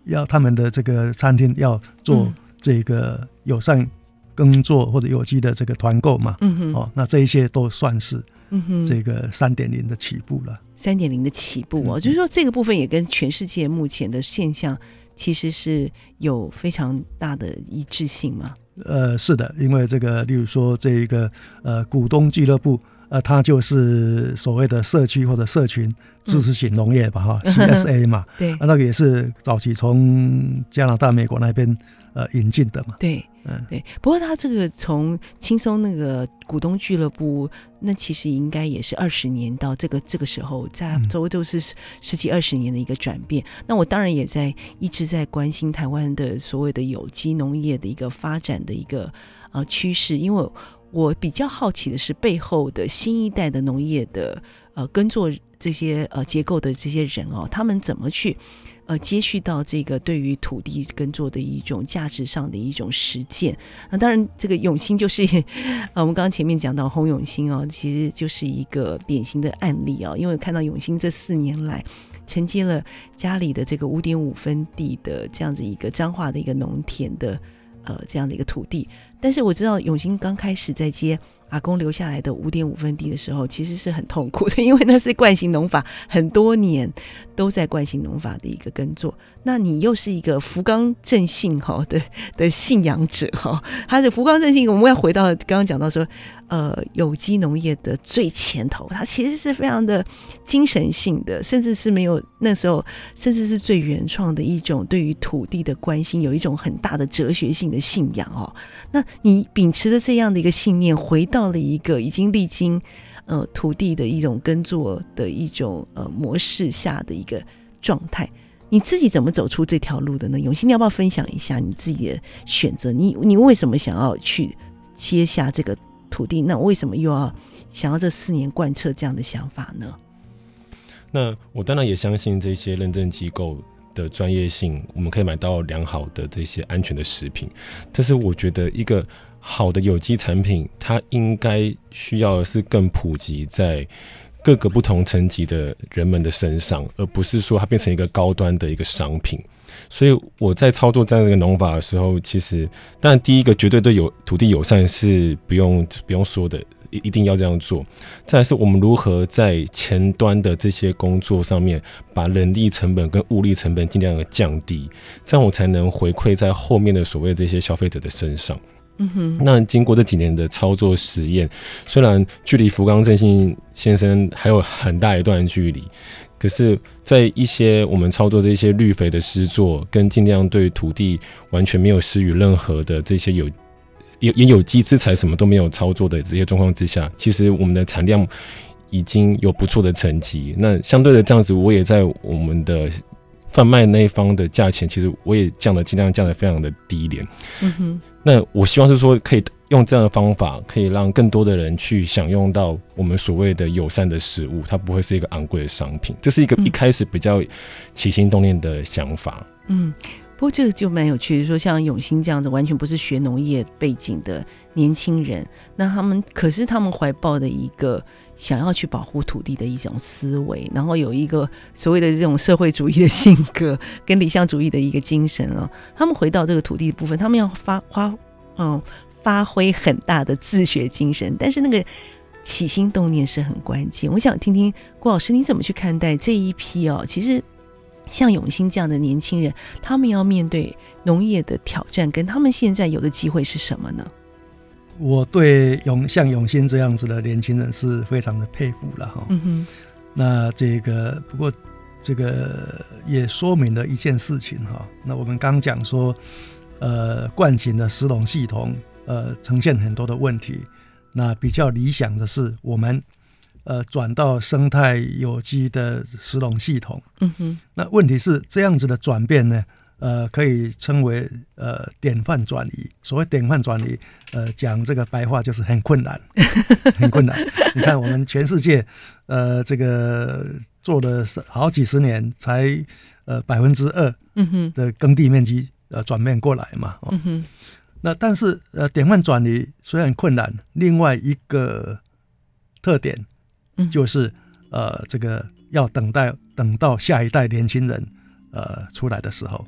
Speaker 2: 要他们的这个餐厅要做
Speaker 1: 嗯
Speaker 2: 这个友善耕作或者有机的这个团购嘛。
Speaker 1: 嗯哼，
Speaker 2: 哦，那这一些都算是
Speaker 1: 嗯哼，
Speaker 2: 哦这个三点零的起步了。
Speaker 1: 三点零的起步哦，
Speaker 2: 嗯
Speaker 1: 就是说这个部分也跟全世界目前的现象其实是有非常大的一致性嘛。
Speaker 2: 呃，是的，因为这个，例如说这一个呃股东俱乐部，呃，它就是所谓的社区或者社群支持型农业吧，哈、CSA 嘛，
Speaker 1: 对
Speaker 2: 啊，嗯 那个也是早期从加拿大、美国那边呃引进的嘛。
Speaker 1: 对
Speaker 2: 嗯，
Speaker 1: 对，不过他这个从轻松那个股东俱乐部，那其实应该也是二十年到这个这个时候，在
Speaker 2: 嗯
Speaker 1: 周都是十十几二十年的一个转变。那我当然也在一直在关心台湾的所谓的有机农业的一个发展的一个呃趋势，因为我比较好奇的是背后的新一代的农业的呃耕作这些呃结构的这些人哦，他们怎么去呃接续到这个对于土地耕作的一种价值上的一种实践。那当然，这个永兴就是 呃我们刚刚前面讲到洪永兴哦，其实就是一个典型的案例哦，因为我看到永兴这四年来。承接了家里的这个五点五分地的这样子一个彰化的一个农田的呃这样的一个土地，但是我知道永兴刚开始在接阿公留下来的五点五分地的时候，其实是很痛苦的，因为那是惯性农法，很多年都在惯性农法的一个耕作。那你又是一个福冈正信哈 的的信仰者哈，他的福冈正信，我们要回到刚刚讲到说，呃，有机农业的最前头，它其实是非常的精神性的，甚至是没有那时候，甚至是最原创的一种对于土地的关心，有一种很大的哲学性的信仰哦。那你秉持着这样的一个信念，回到了一个已经历经呃土地的一种耕作的一种呃模式下的一个状态。你自己怎么走出这条路的呢？永新，你要不要分享一下你自己的选择？你你为什么想要去接下这个土地？那为什么又要想要这四年贯彻这样的想法呢？
Speaker 3: 那我当然也相信这些认证机构的专业性，我们可以买到良好的这些安全的食品。但是我觉得一个好的有机产品，它应该需要的是更普及在各个不同层级的人们的身上，而不是说它变成一个高端的一个商品。所以我在操作这样一个农法的时候，其实当然第一个绝对对有土地友善是不用不用说的，一一定要这样做。再来是我们如何在前端的这些工作上面，把人力成本跟物力成本尽量的降低，这样我才能回馈在后面的所谓这些消费者的身上。
Speaker 1: 嗯哼，
Speaker 3: 那经过这几年的操作实验，虽然距离福冈正信先生还有很大一段距离，可是，在一些我们操作这些绿肥的施作，跟尽量对土地完全没有施予任何的这些有也也有机资材什么都没有操作的这些状况之下，其实我们的产量已经有不错的成绩。那相对的这样子，我也在我们的贩卖那一方的价钱，其实我也降的尽量降的非常的低廉。
Speaker 1: 嗯哼，
Speaker 3: 那我希望是说，可以用这样的方法，可以让更多的人去享用到我们所谓的友善的食物，它不会是一个昂贵的商品。这是一个
Speaker 1: 嗯
Speaker 3: 一开始比较起心动念的想法。
Speaker 1: 嗯。不过这个就蛮有趣的，说像永兴这样子完全不是学农业背景的年轻人，那他们可是他们怀抱的一个想要去保护土地的一种思维，然后有一个所谓的这种社会主义的性格跟理想主义的一个精神啊、 他们回到这个土地的部分，他们要发花嗯发挥很大的自学精神，但是那个起心动念是很关键。我想听听郭老师你怎么去看待这一批哦，其实。像永兴这样的年轻人，他们要面对农业的挑战，跟他们现在有的机会是什么呢？
Speaker 2: 我对永像永新这样子的年轻人是非常的佩服了哈。
Speaker 1: 嗯哼，
Speaker 2: 那这个不过这个也说明了一件事情哈、那我们刚讲说，呃，惯性的石笼系统呃呈现很多的问题。那比较理想的是我们呃转到生态有机的石笼系统。
Speaker 1: 嗯哼，
Speaker 2: 那问题是这样子的转变呢，呃，可以称为呃典范转移。所谓典范转移，呃，讲这个白话就是很困难，很困难。你看我们全世界，呃，这个做了十好几十年才呃百分之二
Speaker 1: 嗯哼，
Speaker 2: 的耕地面积呃转变过来嘛。哦
Speaker 1: 嗯哼，
Speaker 2: 那但是呃典范转移虽然困难，另外一个特点
Speaker 1: 嗯
Speaker 2: 就是呃，这个要等待等到下一代年轻人呃出来的时候，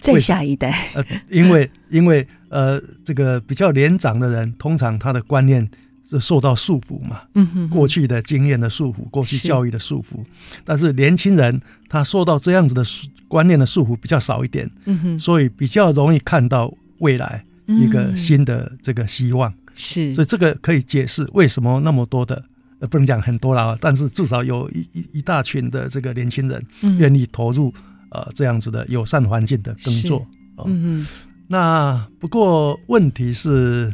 Speaker 1: 再下一代，
Speaker 2: 呃，
Speaker 1: 嗯
Speaker 2: 因为因为呃，这个比较年长的人，通常他的观念是受到束缚嘛，
Speaker 1: 嗯哼，
Speaker 2: 过去的经验的束缚，过去
Speaker 1: 是
Speaker 2: 教育的束缚，但是年轻人他受到这样子的束观念的束缚比较少一点，
Speaker 1: 嗯哼，
Speaker 2: 所以比较容易看到未来一个
Speaker 1: 嗯
Speaker 2: 新的这个希望。
Speaker 1: 是
Speaker 2: 所以这个可以解释为什么那么多的，呃，不能讲很多啦，但是至少有一一一大群的这个年轻人
Speaker 1: 嗯
Speaker 2: 愿意投入呃这样子的友善环境的耕作。哦
Speaker 1: 嗯
Speaker 2: 那不过问题是，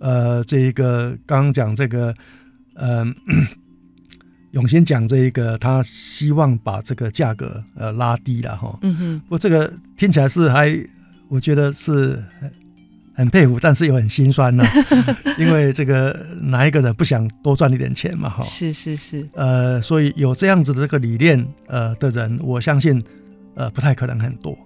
Speaker 2: 呃，这一个刚刚讲这个，呃， 永先讲这一个，他希望把这个价格呃拉低了哈。
Speaker 1: 嗯哼，
Speaker 2: 不过这个听起来是还，我觉得是很很佩服，但是又很心酸 呐、因为这个哪一个人不想多赚一点钱嘛，哈
Speaker 1: 嗯，。是是是，
Speaker 2: 呃，所以有这样子的这个理念，呃的人，我相信，呃，不太可能很多。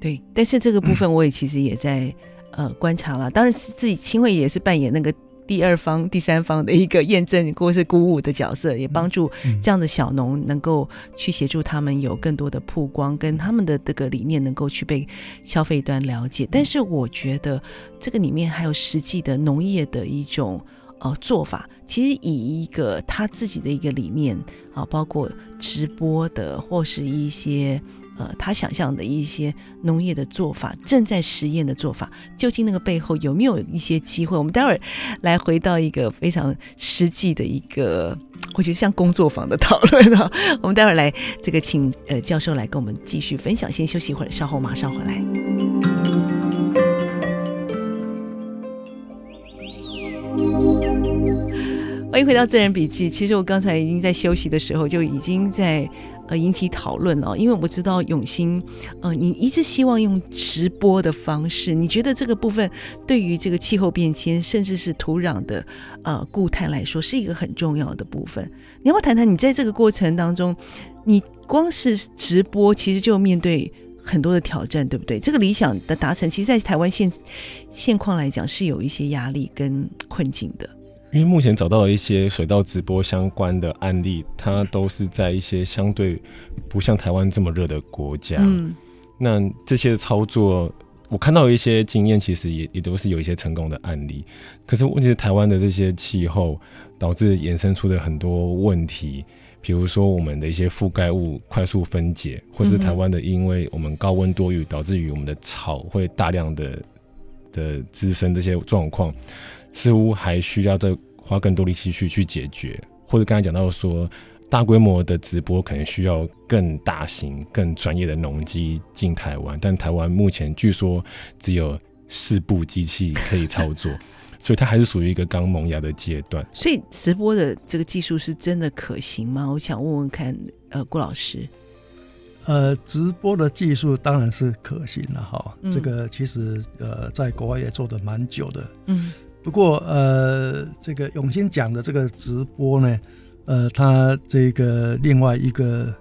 Speaker 1: 对。但是这个部分我也其实也在呃观察了，当然是自己清慧也是扮演那个。第二方、第三方的一个验证或是鼓舞的角色，也帮助
Speaker 2: 嗯
Speaker 1: 这样的小农能够去协助他们有更多的曝光，跟他们的这个理念能够去被消费端了解。但是我觉得这个里面还有实际的农业的一种呃做法，其实以一个他自己的一个理念啊，包括直播的或是一些。呃，他想象的一些农业的做法，正在实验的做法，究竟那个背后有没有一些机会？我们待会儿来回到一个非常实际的一个，我觉得像工作坊的讨论啊。我们待会儿来这个请呃教授来跟我们继续分享，先休息一会儿，稍后马上回来。欢迎回到《自然笔记》。其实我刚才已经在休息的时候就已经在呃引起讨论了，因为我知道永兴，呃，你一直希望用直播的方式，你觉得这个部分对于这个气候变迁，甚至是土壤的呃固态来说，是一个很重要的部分。你要不要谈谈你在这个过程当中，你光是直播其实就面对很多的挑战，对不对？这个理想的达成，其实，在台湾现现况来讲是有一些压力跟困境的。
Speaker 3: 因为目前找到的一些水稻直播相关的案例，它都是在一些相对不像台湾这么热的国家。
Speaker 2: 啊
Speaker 1: 嗯，
Speaker 3: 那这些操作，我看到一些经验，其实也也都是有一些成功的案例。可是问题是，台湾的这些气候导致衍生出的很多问题，比如说我们的一些覆盖物快速分解，或是
Speaker 1: 嗯哼
Speaker 3: 台湾的因为我们高温多雨，导致于我们的草会大量的的滋生这些状况，似乎还需要再花更多力气去去解决。或者刚才讲到说，大规模的直播可能需要更大型、更专业的农机进台湾，但台湾目前据说只有四部机器可以操 作，所以它还是属于一个刚萌芽的阶段。
Speaker 1: 所以直播的这个技术是真的可行吗？我想问问看，呃，顾老师，
Speaker 2: 呃，直播的技术当然是可行了哈，
Speaker 1: 嗯
Speaker 2: 这个其实呃在国外也做的蛮久的，
Speaker 1: 嗯
Speaker 2: 不过呃，这个永兴讲的这个直播呢，呃，它这个另外一个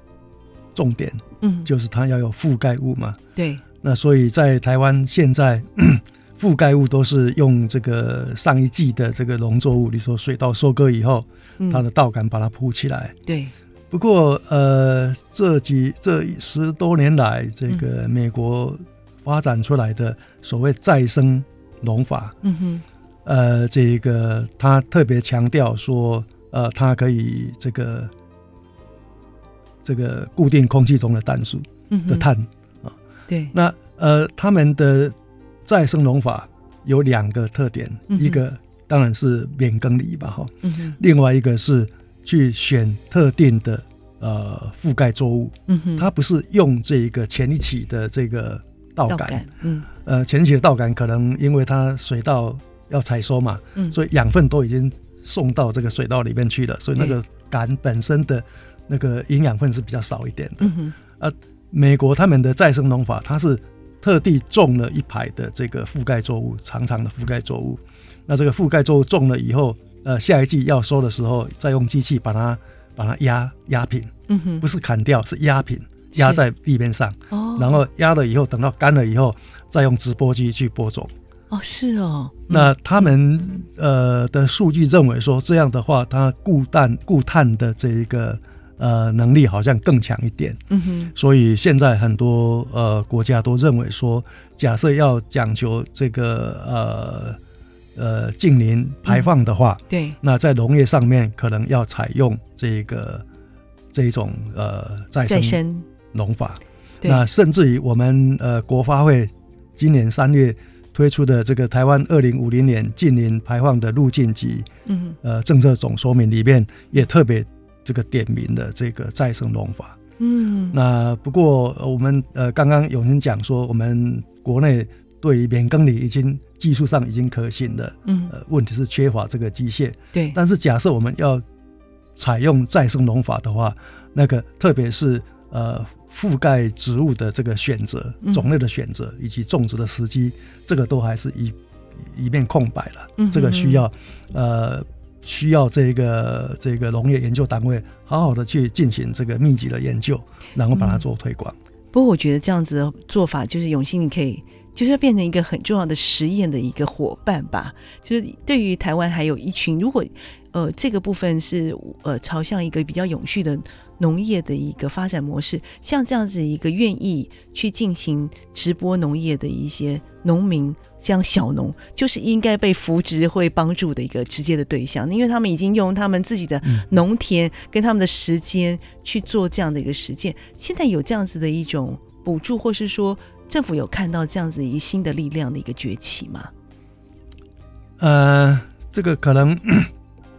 Speaker 2: 重点
Speaker 1: 嗯，
Speaker 2: 就是它要有覆盖物嘛。
Speaker 1: 对，
Speaker 2: 那所以在台湾现在 覆盖物都是用这个上一季的这个农作物，你说水稻收割以后，
Speaker 1: 嗯，
Speaker 2: 它的稻杆把它铺起来。
Speaker 1: 对，
Speaker 2: 不过呃，这几这十多年来，这个美国发展出来的所谓再生农法，
Speaker 1: 嗯哼，
Speaker 2: 呃，这个他特别强调说，呃，它可以这个这个固定空气中的氮素
Speaker 1: 嗯哼
Speaker 2: 的碳。
Speaker 1: 对，
Speaker 2: 那呃，他们的再生农法有两个特点，
Speaker 1: 嗯哼
Speaker 2: 一个当然是免耕犁吧，哈，
Speaker 1: 嗯哼，
Speaker 2: 另外一个是去选特定的呃覆盖作物，
Speaker 1: 嗯哼，
Speaker 2: 它不是用这个前一期的这个稻
Speaker 1: 到
Speaker 2: 杆，
Speaker 1: 感，嗯
Speaker 2: 呃，前一期的稻杆可能因为它水稻要采收嘛，
Speaker 1: 嗯，
Speaker 2: 所以养分都已经送到这个水稻里面去了，所以那个杆本身的那个营养分是比较少一点的。
Speaker 1: 嗯哼，
Speaker 2: 美国他们的再生农法，它是特地种了一排的这个覆盖作物，长长的覆盖作物。那这个覆盖作物种了以后，呃，下一季要收的时候，再用机器把它把它压压平，
Speaker 1: 嗯哼，
Speaker 2: 不是砍掉，是压平，压在地面上，
Speaker 1: 哦，
Speaker 2: 然后压了以后，等到干了以后，再用直播机去播种。
Speaker 1: 哦是哦，嗯
Speaker 2: 那他们呃的数据认为说，这样的话，它固氮固碳的这一个呃能力好像更强一点，
Speaker 1: 嗯哼，
Speaker 2: 所以现在很多呃国家都认为说，假设要讲求这个呃呃近邻排放的话，
Speaker 1: 对，
Speaker 2: 那在农业上面可能要采用这个这一种呃再
Speaker 1: 再
Speaker 2: 生
Speaker 1: 生，
Speaker 2: 农法。
Speaker 1: 对，
Speaker 2: 那甚至于我们呃国发会今年三月推出的这个台湾二零五零年近零排放的路径及
Speaker 1: 嗯哼，
Speaker 2: 呃政策总说明里面也特别这个点名了这个再生农法。
Speaker 1: 嗯，
Speaker 2: 那不过呃我们呃刚刚有人讲说我们国内对于免耕犁已经技术上已经可行了，
Speaker 1: 嗯，
Speaker 2: 呃问题是缺乏这个机械。
Speaker 1: 对，
Speaker 2: 但是假设我们要采用再生农法的话，那个特别是呃覆盖植物的这个选择
Speaker 1: 嗯、
Speaker 2: 种类的选择以及种植的时机，这个都还是一一面空白了。
Speaker 1: 嗯哼
Speaker 2: 这个需要呃需要这个这个农业研究单位好好的去进行这个密集的研究，然后把
Speaker 1: 嗯
Speaker 2: 它做推广。
Speaker 1: 不过我觉得这样子的做法，就是永兴，你可以就是要变成一个很重要的实验的一个伙伴吧。就是对于台湾还有一群，如果呃这个部分是呃朝向一个比较永续的农业的一个发展模式，像这样子一个愿意去进行直播农业的一些农民。像小农就是应该被扶植、会帮助的一个直接的对象，因为他们已经用他们自己的
Speaker 2: 嗯
Speaker 1: 农田跟他们的时间去做这样的一个实践。现在有这样子的一种补助，或是说政府有看到这样子一新的力量的一个崛起吗？
Speaker 2: 呃，这个可能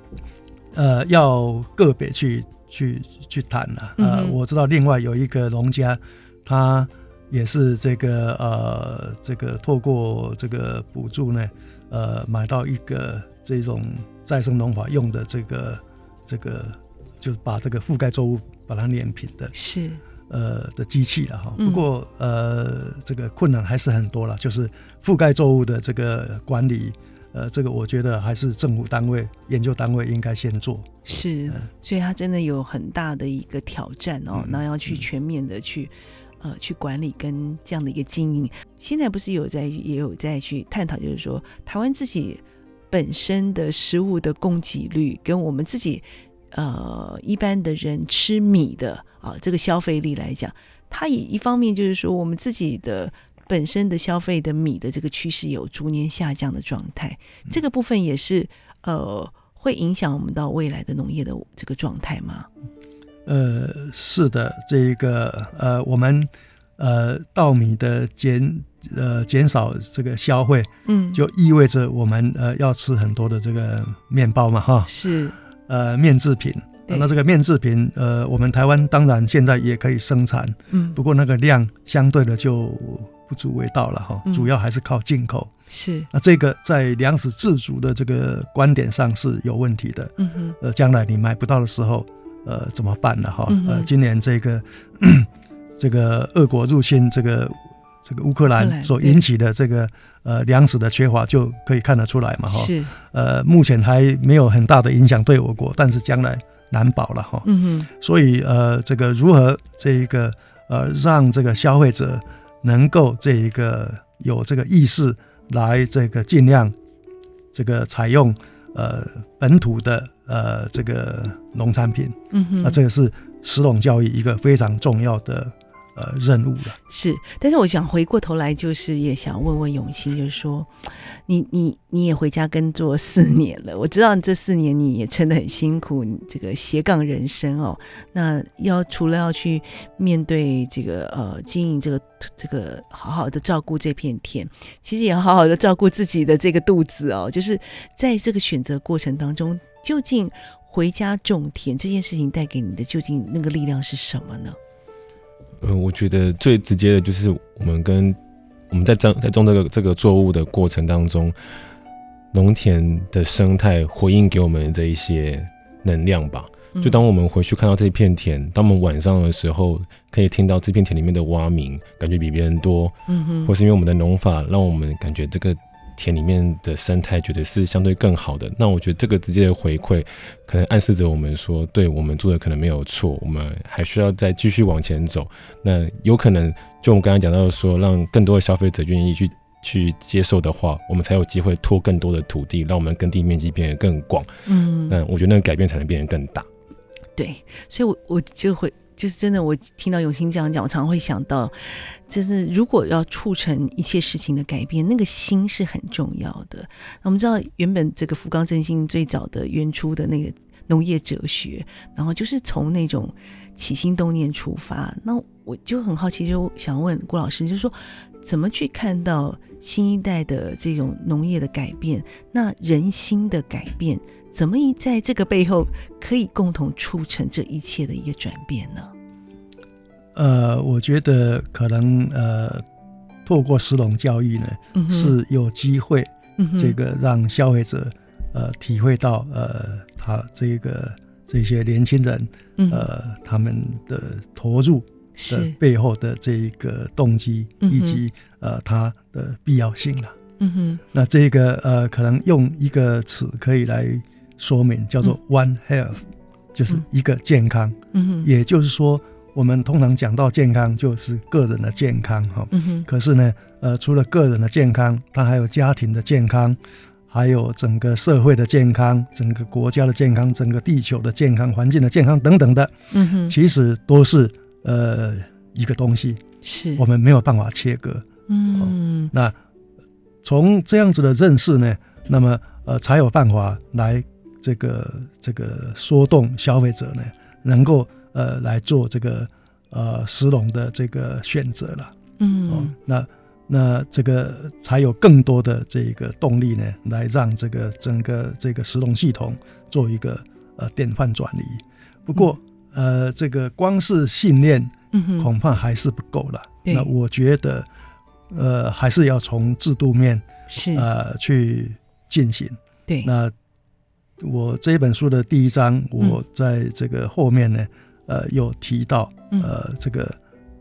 Speaker 2: 呃要个别去去去谈了、呃，
Speaker 1: 嗯哼
Speaker 2: 我知道另外有一个农家，他也是这个呃这个透过这个补助呢，呃买到一个这种再生农法用的这个这个，就把这个覆盖作物把它碾平的
Speaker 1: 是
Speaker 2: 呃的机器了哈。
Speaker 1: 嗯
Speaker 2: 不过呃这个困难还是很多了，就是覆盖作物的这个管理。呃，这个我觉得还是政府单位、研究单位应该先做。
Speaker 1: 是
Speaker 2: 嗯，
Speaker 1: 所以它真的有很大的一个挑战哦，
Speaker 2: 嗯
Speaker 1: 那要去
Speaker 2: 嗯
Speaker 1: 全面的去。呃，去管理跟这样的一个经营，现在不是有在也有在去探讨，就是说台湾自己本身的食物的供给率跟我们自己呃一般的人吃米的啊、这个消费力来讲，它也一方面就是说我们自己的本身的消费的米的这个趋势有逐年下降的状态，
Speaker 2: 嗯
Speaker 1: 这个部分也是呃会影响我们到未来的农业的这个状态吗？
Speaker 2: 呃，是的，这一个呃，我们呃稻米的减呃减少这个消费，
Speaker 1: 嗯，
Speaker 2: 就意味着我们呃要吃很多的这个面包嘛哈，
Speaker 1: 是
Speaker 2: 呃面制品。
Speaker 1: 对
Speaker 2: 那这个面制品，呃，我们台湾当然现在也可以生产，
Speaker 1: 嗯
Speaker 2: 不过那个量相对的就不足为道了哈
Speaker 1: 嗯，
Speaker 2: 主要还是靠进口。
Speaker 1: 是
Speaker 2: 那这个在粮食自足的这个观点上是有问题的。
Speaker 1: 嗯哼
Speaker 2: 呃，将来你买不到的时候，呃，怎么办呢？哈
Speaker 1: 嗯，哼
Speaker 2: 呃，今年这个 这个俄国入侵这个这个乌克
Speaker 1: 乌克兰
Speaker 2: 兰所
Speaker 1: 对
Speaker 2: 引起的这个呃粮食的缺乏，就可以看得出来嘛，哈。
Speaker 1: 是
Speaker 2: 呃，目前还没有很大的影响对我国，但是将来难保了哈。
Speaker 1: 嗯哼
Speaker 2: 所以呃，这个如何这一个呃让这个消费者能够这一个有这个意识来这个尽量这个采用呃本土的呃这个农产品，
Speaker 1: 嗯哼
Speaker 2: 那啊这个是食农教育一个非常重要的呃任务了。
Speaker 1: 是，但是我想回过头来，就是也想问问永兴，就是说，你你你也回家耕作四
Speaker 3: 嗯
Speaker 1: 年了，我知道这四年你也撑得很辛苦，你这个斜杠人生哦。那要除了要去面对这个呃经营这个这个好好的照顾这片田，其实也要好好的照顾自己的这个肚子哦。就是在这个选择过程当中，究竟回家种田这件事情带给你的究竟那个力量是什么呢？
Speaker 3: 嗯，我觉得最直接的就是我们跟我们在种在种这个这个作物的过程当中，农田的生态回应给我们的这一些能量吧。嗯就当我们回去看到这片田，当我们晚上的时候可以听到这片田里面的蛙鸣，感觉比别人多，
Speaker 1: 嗯哼
Speaker 3: 或是因为我们的农法让我们感觉这个田里面的生态觉得是相对更好的。那我觉得这个直接的回馈，可能暗示着我们说，对我们做的可能没有错，我们还需要再继续往前走。那有可能，就我们刚才讲到说，让更多的消费者愿意去。去接受的话，我们才有机会拖更多的土地，让我们耕地面积变得更广。
Speaker 1: 嗯
Speaker 3: 那我觉得那个改变才能变得更大。
Speaker 1: 对，所以我我就会就是真的，我听到永兴这样讲，我常会想到，就是如果要促成一切事情的改变，那个心是很重要的。那我们知道，原本这个福冈正兴最早的原初的那个农业哲学，然后就是从那种起心动念出发。那我就很好奇，就想问郭老师，就是说怎么去看到新一代的这种农业的改变，那人心的改变，怎么一在这个背后可以共同促成这一切的一个转变呢？嗯
Speaker 2: 呃，我觉得可能呃，透过食农教育呢，
Speaker 1: 嗯哼
Speaker 2: 是有机会
Speaker 1: 嗯哼
Speaker 2: 这个让消费者呃体会到呃他这个这些年轻人
Speaker 1: 嗯
Speaker 2: 呃他们的投入的
Speaker 1: 是
Speaker 2: 背后的这一个动机
Speaker 1: 嗯哼
Speaker 2: 以及呃它的必要性了。
Speaker 1: 嗯哼
Speaker 2: 那这个呃可能用一个词可以来说明，叫做 One Health，就是一个健康。
Speaker 1: 嗯哼
Speaker 2: 也就是说，我们通常讲到健康就是个人的健康哈。
Speaker 1: 嗯哼
Speaker 2: 可是呢，呃，除了个人的健康，它还有家庭的健康，还有整个社会的健康、整个国家的健康、整个地球的健康、环境的健康等等的，
Speaker 1: 嗯哼
Speaker 2: 其实都是呃一个东西，
Speaker 1: 是
Speaker 2: 我们没有办法切割。
Speaker 1: 嗯
Speaker 2: 那从这样子的认识呢，那么呃才有办法来这个这个说动消费者呢，能够呃来做这个呃石龙的这个选择了。哦
Speaker 1: 嗯，
Speaker 2: 那那这个才有更多的这个动力呢，来让这个整个这个石龙系统做一个呃典范转移。不过、呃，这个光是信念
Speaker 1: 嗯嗯哼
Speaker 2: 哦恐怕还是不够了。
Speaker 1: 对
Speaker 2: 那我觉得呃，还是要从制度面
Speaker 1: 是，
Speaker 2: 呃去进行。
Speaker 1: 对，
Speaker 2: 那我这一本书的第一章，
Speaker 1: 嗯
Speaker 2: 我在这个后面呢，呃，有提到
Speaker 1: 嗯，
Speaker 2: 呃，这个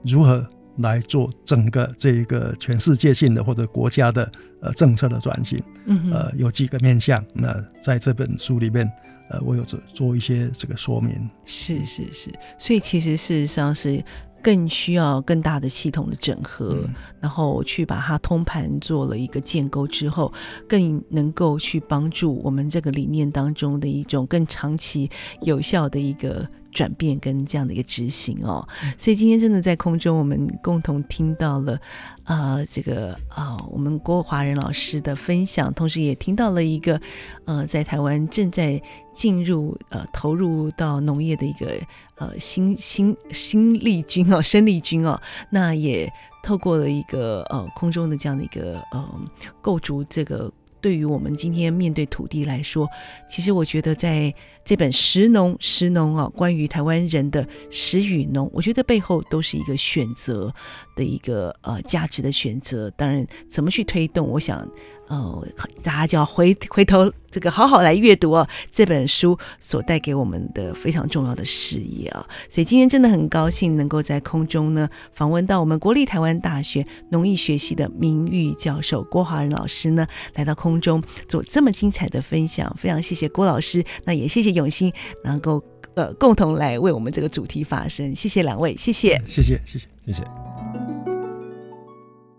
Speaker 2: 如何来做整个这一个全世界性的或者国家的呃政策的转型，
Speaker 1: 嗯哼
Speaker 2: 呃，有几个面向。那在这本书里面，呃，我有做做一些这个说明。
Speaker 1: 是是是，所以其实事实上是更需要更大的系统的整合，
Speaker 2: 嗯
Speaker 1: 然后去把它通盘做了一个建构之后，更能够去帮助我们这个理念当中的一种更长期有效的一个。转变跟这样的一个执行哦，所以今天真的在空中，我们共同听到了，呃，这个啊、我们郭华仁老师的分享，同时也听到了一个，呃，在台湾正在进入呃投入到农业的一个呃新新新力军哦，生力军哦，那也透过了一个呃空中的这样的一个呃构筑，这个呃对于我们今天面对土地来说，其实我觉得在这本《食农食农》啊，关于台湾人的食与农，我觉得背后都是一个选择的一个呃价值的选择。当然，怎么去推动，我想。呃，大家就要回回头这个好好来阅读哦，这本书所带给我们的非常重要的视野啊、所以今天真的很高兴能够在空中呢访问到我们国立台湾大学农艺学系的名誉教授郭华仁老师呢，来到空中做这么精彩的分享，非常谢谢郭老师，那也谢谢永兴能够呃共同来为我们这个主题发声，谢谢两位，谢谢。
Speaker 2: 谢谢，谢谢。
Speaker 3: 谢谢。